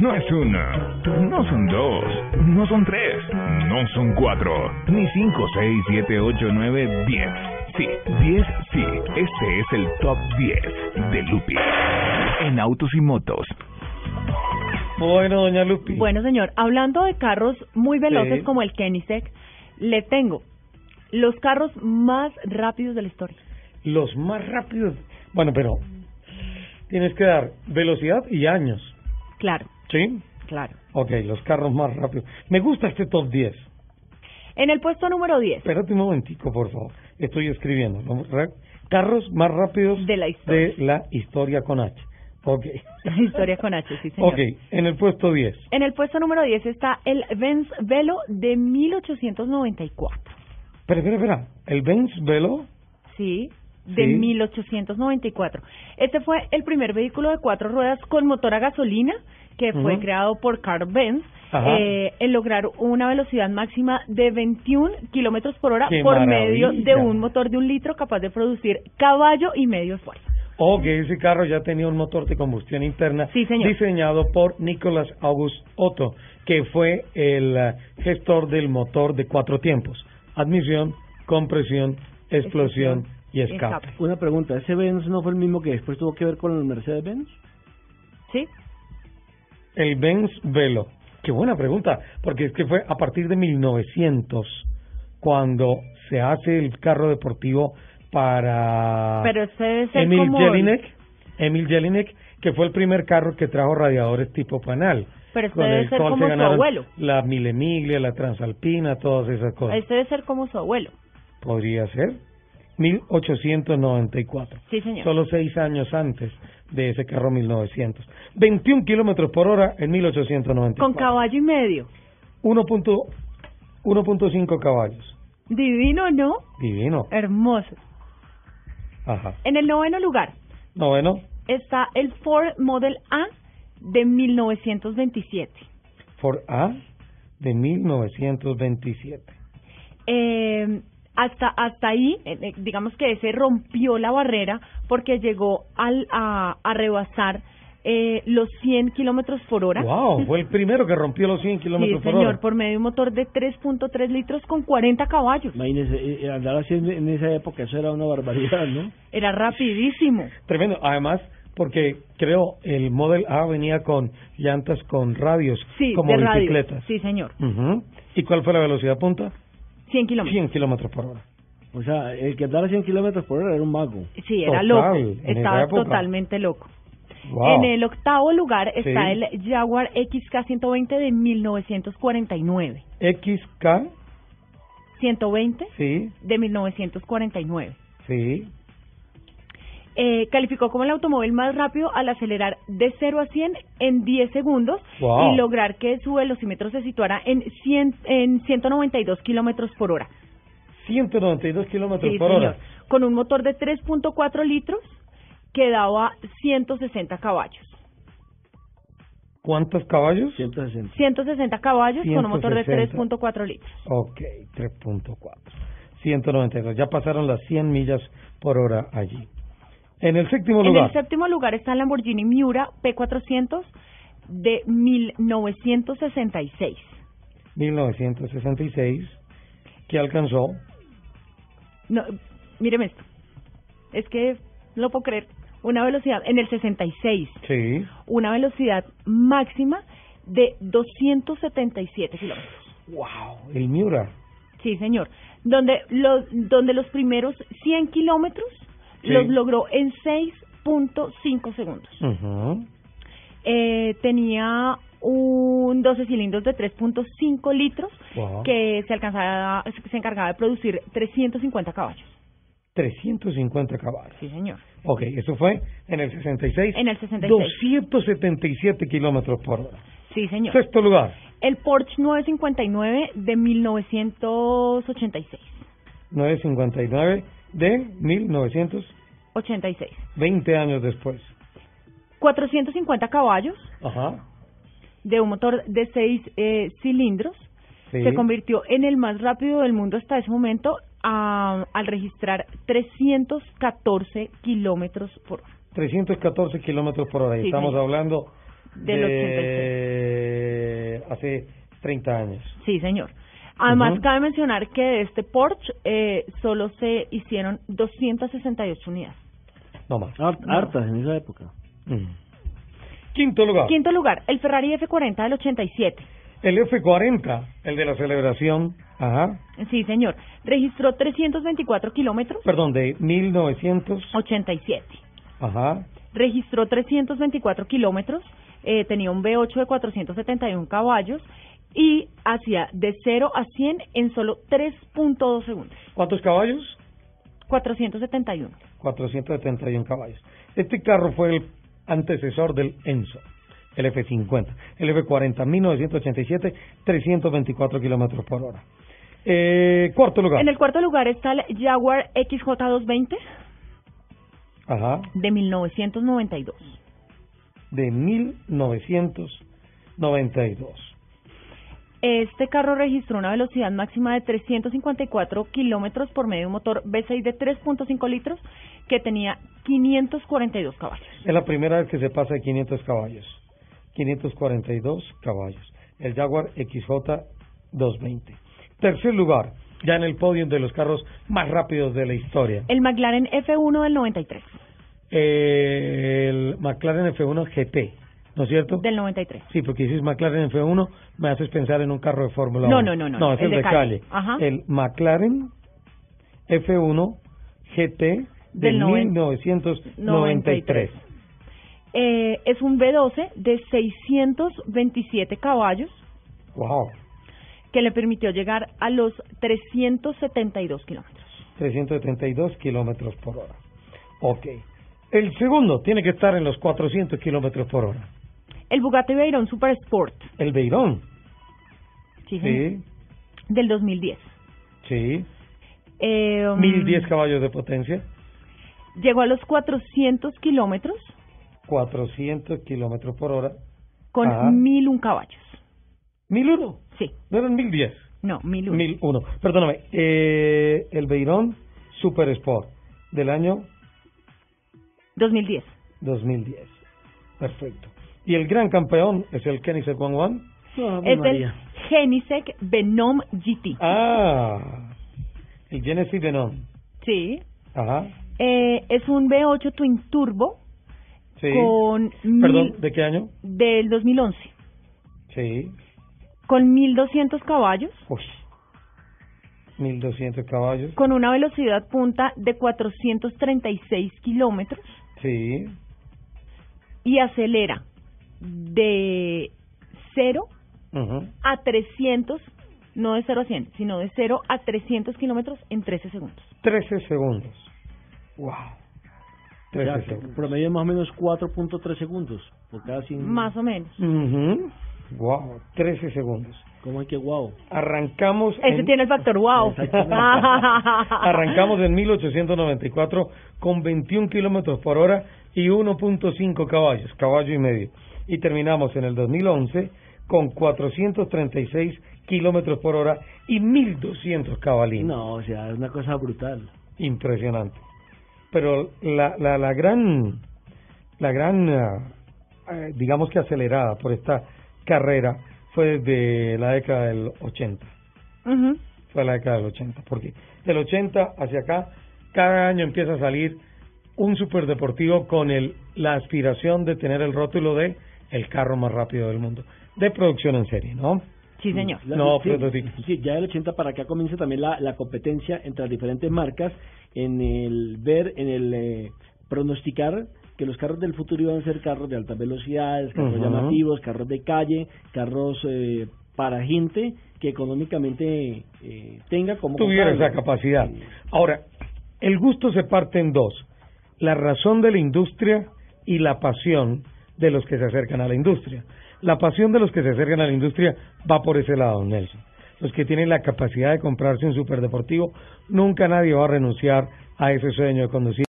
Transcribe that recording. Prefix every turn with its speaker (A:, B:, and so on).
A: No es una, no son dos, no son tres, no son cuatro, ni cinco, seis, siete, ocho, nueve, diez. Sí, diez, sí. Este es el top 10 de Lupi en autos y motos.
B: Bueno, doña Lupi.
C: Bueno, señor, hablando de carros muy veloces
B: Sí.
C: como el Kenisec, le tengo los carros más rápidos de la historia.
B: Los más rápidos. Bueno, pero tienes que dar velocidad y años.
C: Claro,
B: ¿Sí?
C: claro.
B: Ok, los carros más rápidos. Me gusta este top 10.
C: En el puesto número 10,
B: Espérate un momentico, por favor. Estoy escribiendo. ¿no? Ra- Carros más rápidos
C: De la historia.
B: de la historia con H. Ok.
C: historia con H, sí, señor.
B: Ok, en el puesto 10.
C: En el puesto número 10 está el Benz Velo de 1894.
B: Espera, espera, espera. El Benz Velo.
C: Sí, de
B: Sí.
C: 1894. Este fue el primer vehículo de cuatro ruedas con motor a gasolina que fue
B: Ujú.
C: creado por Carl Benz
B: Ajá.
C: eh, en lograr una velocidad máxima de 21 kilómetros por hora
B: ¡Qué
C: por medio de
B: maravilla!
C: un motor de un litro capaz de producir caballo y medio de fuerza.
B: Ok, ese carro ya tenía un motor de combustión interna
C: Sí, señor.
B: diseñado por Nicolas August Otto, que fue el eh, gestor del motor de cuatro tiempos. Admisión, compresión, explosión y escape.
C: Escape.
D: Una pregunta, ¿ese Benz no fue el mismo que después tuvo que ver con el Mercedes-Benz?
C: ¿Sí?
B: El Benz Velo. Qué buena pregunta, porque es que fue a partir de 1900 cuando se hace el carro deportivo para
C: Pero ese es el
B: Emil
C: como-
B: Jelinek. Emil Jelinek, que fue el primer carro que trajo radiadores tipo panal.
C: Pero ese
B: Con
C: debe
B: el
C: ser
B: cual
C: como
B: se
C: su
B: ganaron
C: abuelo.
B: La milemiglia, la transalpina, todas esas cosas.
C: Este debe ser como su abuelo.
B: Podría ser. 1894.
C: Sí, señor.
B: Solo seis años antes de ese carro 1900. 21 kilómetros por hora en 1894.
C: Con caballo y medio.
B: 1.0 1.5 caballos.
C: Divino, ¿no?
B: Divino.
C: Eh. Hermoso.
B: Ajá.
C: En el noveno lugar,
B: Noveno.
C: está el Ford Model A de 1927.
B: Ford A de 1927.
C: Eh, hasta hasta ahí, eh, eh, digamos que ese rompió la barrera porque llegó al, a, a rebasar eh, los 100 kilómetros por hora.
B: Wow, fue el primero que rompió los 100
C: Sí,
B: kilómetros por
C: señor,
B: hora.
C: por medio de un motor de 3.3 litros con 40 caballos.
D: Imagínese, eh, eh, andar así en, en esa época, eso era una barbaridad, ¿no?
C: Era rapidísimo.
B: Tremendo. Además, porque creo el Model A venía con llantas con radios,
C: Sí,
B: como
C: de radio.
B: bicicletas.
C: Sí, señor.
B: Ujú. ¿Y cuál fue la velocidad punta?
C: 100 kilómetros.
B: 100 kilómetros por hora.
D: O sea, el que andara 100 kilómetros por hora era un mago.
C: Sí, era
B: Total, en
C: loco.
B: esa
C: Estaba
B: época.
C: totalmente loco.
B: Wow.
C: En el octavo lugar está
B: Sí.
C: el Jaguar XK120 de 1949.
B: XK,
C: 120
B: sí,
C: de 1949.
B: sí.
C: Eh, calificó como el automóvil más rápido al acelerar de 0 a 100 en 10 segundos
B: Wow.
C: y lograr que su velocímetro se situara en, 100, en 192 kilómetros por hora.
B: 192 kilómetros
C: Sí,
B: por
C: señor.
B: hora.
C: Con un motor de 3.4 litros que daba 160 caballos.
B: ¿Cuántos caballos?
D: 160.
C: 160 caballos con un motor de
B: 160.
C: 3.4 litros.
B: Ok, 3.4. 192. Ya pasaron las 100 millas por hora allí. En el séptimo
C: En
B: lugar.
C: el séptimo lugar está el Lamborghini Miura P400 de 1966.
B: 1966, que alcanzó
C: No, míreme esto. Es que no lo puedo creer. Una velocidad en el 66,
B: sí,
C: una velocidad máxima de 277 kilómetros.
B: wow, el Miura.
C: Sí, señor. Donde los, donde los primeros 100 kilómetros
B: Sí.
C: los logró en 6.5 segundos.
B: Ujú.
C: Eh, tenía un 12 cilindros de 3.5 litros
B: Wow.
C: que se alcanzaba, se encargaba de producir 350 caballos.
B: 350 caballos.
C: Sí, señor.
B: Ok, eso fue en el 66.
C: En el 66.
B: 277 kilómetros por hora.
C: Sí, señor.
B: Sexto lugar,
C: El Porsche 959 de 1986.
B: 959 de 1900,
C: 86.
B: 20 años después.
C: 450 caballos
B: Ajá.
C: de un motor de 6 cilindros.
B: Sí.
C: Se convirtió en el más rápido del mundo hasta ese momento ah, al registrar 314 kilómetros por hora.
B: 314 kilómetros por hora. Y
C: Sí,
B: estamos
C: señor.
B: hablando
C: Del
B: de hace 30 años.
C: Sí, señor. Además,
B: Ujú.
C: cabe mencionar que de este Porsche eh, solo se hicieron 268 unidades.
B: No más.
D: Har- Hartas en esa época.
B: Mm. Quinto lugar.
C: Quinto lugar, el Ferrari F40 del 87.
B: El F40, el de la celebración, ajá,
C: Sí, señor. Registró 324 kilómetros.
B: perdón, de 1900,
C: 87.
B: ajá,
C: Registró 324 kilómetros, eh, tenía un V8 de 471 caballos y hacía de 0 a 100 en solo 3.2 segundos.
B: ¿cuántos caballos?
C: 471.
B: 471 caballos. Este carro fue el antecesor del Enzo, el F50. El F40, 1987, 324 kilómetros por hora. Eh, cuarto lugar.
C: En el cuarto lugar está el Jaguar XJ220
B: Ajá,
C: de 1992.
B: de 1992.
C: Este carro registró una velocidad máxima de 354 kilómetros por medio de un motor V6 de 3.5 litros que tenía 542 caballos.
B: Es la primera vez que se pasa de 500 caballos. 542 caballos. El Jaguar XJ 220. Tercer lugar, ya en el podio de los carros más rápidos de la historia.
C: El McLaren F1 del 93.
B: Eh, El McLaren F1 GT, ¿no es cierto?
C: Del 93.
B: Sí, porque dices McLaren F1, me haces pensar en un carro de Fórmula 1.
C: No, no, no, no,
B: No, es el, de calle.
C: Ajá.
B: El McLaren F1 GT de
C: Del noven-
B: 1993.
C: Eh, es un V12 de 627 caballos
B: Wow.
C: que le permitió llegar a los 372 kilómetros.
B: 372 kilómetros por hora. Ok. El segundo tiene que estar en los 400 kilómetros por hora.
C: El Bugatti Veyron Super Sport.
B: El Beirón.
C: Sí, señor,
B: Sí,
C: Del 2010.
B: sí.
C: Eh, um,
B: 1010 caballos de potencia.
C: Llegó a los 400 kilómetros
B: 400 kilómetros por hora.
C: con
B: Ajá.
C: 1001 caballos.
B: 1001.
C: Sí,
B: No eran 1010.
C: no, 1001.
B: 1001. Perdóname. eh, el Beirón Super Sport del año
C: 2010.
B: 2010. Perfecto. Y el gran campeón es el Kenny One One.
D: No,
B: pues,
D: Ave
C: Es el
D: Ah, María.
C: Genisec Venom GT.
B: Ah. El Genesis Venom.
C: Sí.
B: Ajá.
C: Eh, es un V8 Twin Turbo
B: Sí.
C: con mil-
B: Perdón, ¿de qué año?
C: del 2011
B: Sí.
C: con 1200 caballos,
B: Uy. 1200 caballos.
C: con una velocidad punta de 436 kilómetros
B: Sí.
C: y acelera de 0
B: Ujú.
C: a 300, no de 0 a 100, sino de 0 a 300 kilómetros en 13 segundos.
B: 13 segundos. Wow. 13
D: Ya, que
B: segundos.
D: promedio más o menos 4.3 segundos. Por cada
B: Mm.
D: 100.
C: Más o menos.
B: Wow. 13 segundos.
D: ¿Cómo hay que guau?
B: Arrancamos.
C: Ese
B: en-
C: tiene el factor wow.
D: Exactamente.
B: Arrancamos en 1894 con 21 kilómetros por hora y 1.5 caballos, caballo y medio. Y terminamos en el 2011 con 436 kilómetros por hora y 1.200 cabalines.
D: No, o sea, es una cosa brutal.
B: Impresionante. Pero la, la, la gran, la gran ah, eh, digamos que acelerada por esta carrera fue desde la década del 80
C: Ujú.
B: fue la década del 80, porque del 80 hacia acá, cada año empieza a salir un superdeportivo con el, la aspiración de tener el rótulo de el carro más rápido del mundo, de producción en serie, ¿no?
C: Sí, señor.
D: La-
B: No,
D: sí,
B: prototipos.
D: sí, ya del 80 para acá comienza también la, la competencia entre las diferentes marcas en el ver, en el eh, pronosticar que los carros del futuro iban a ser carros de altas velocidades, carros
B: Ujú.
D: llamativos, carros de calle, carros eh, para gente que económicamente eh, tenga como
B: Tuviera
D: comprarlo.
B: esa capacidad. Ahora, el gusto se parte en dos, la razón de la industria y la pasión de los que se acercan a la industria. La pasión de los que se acercan a la industria va por ese lado, Nelson. Los que tienen la capacidad de comprarse un superdeportivo, nunca nadie va a renunciar a ese sueño de conducir.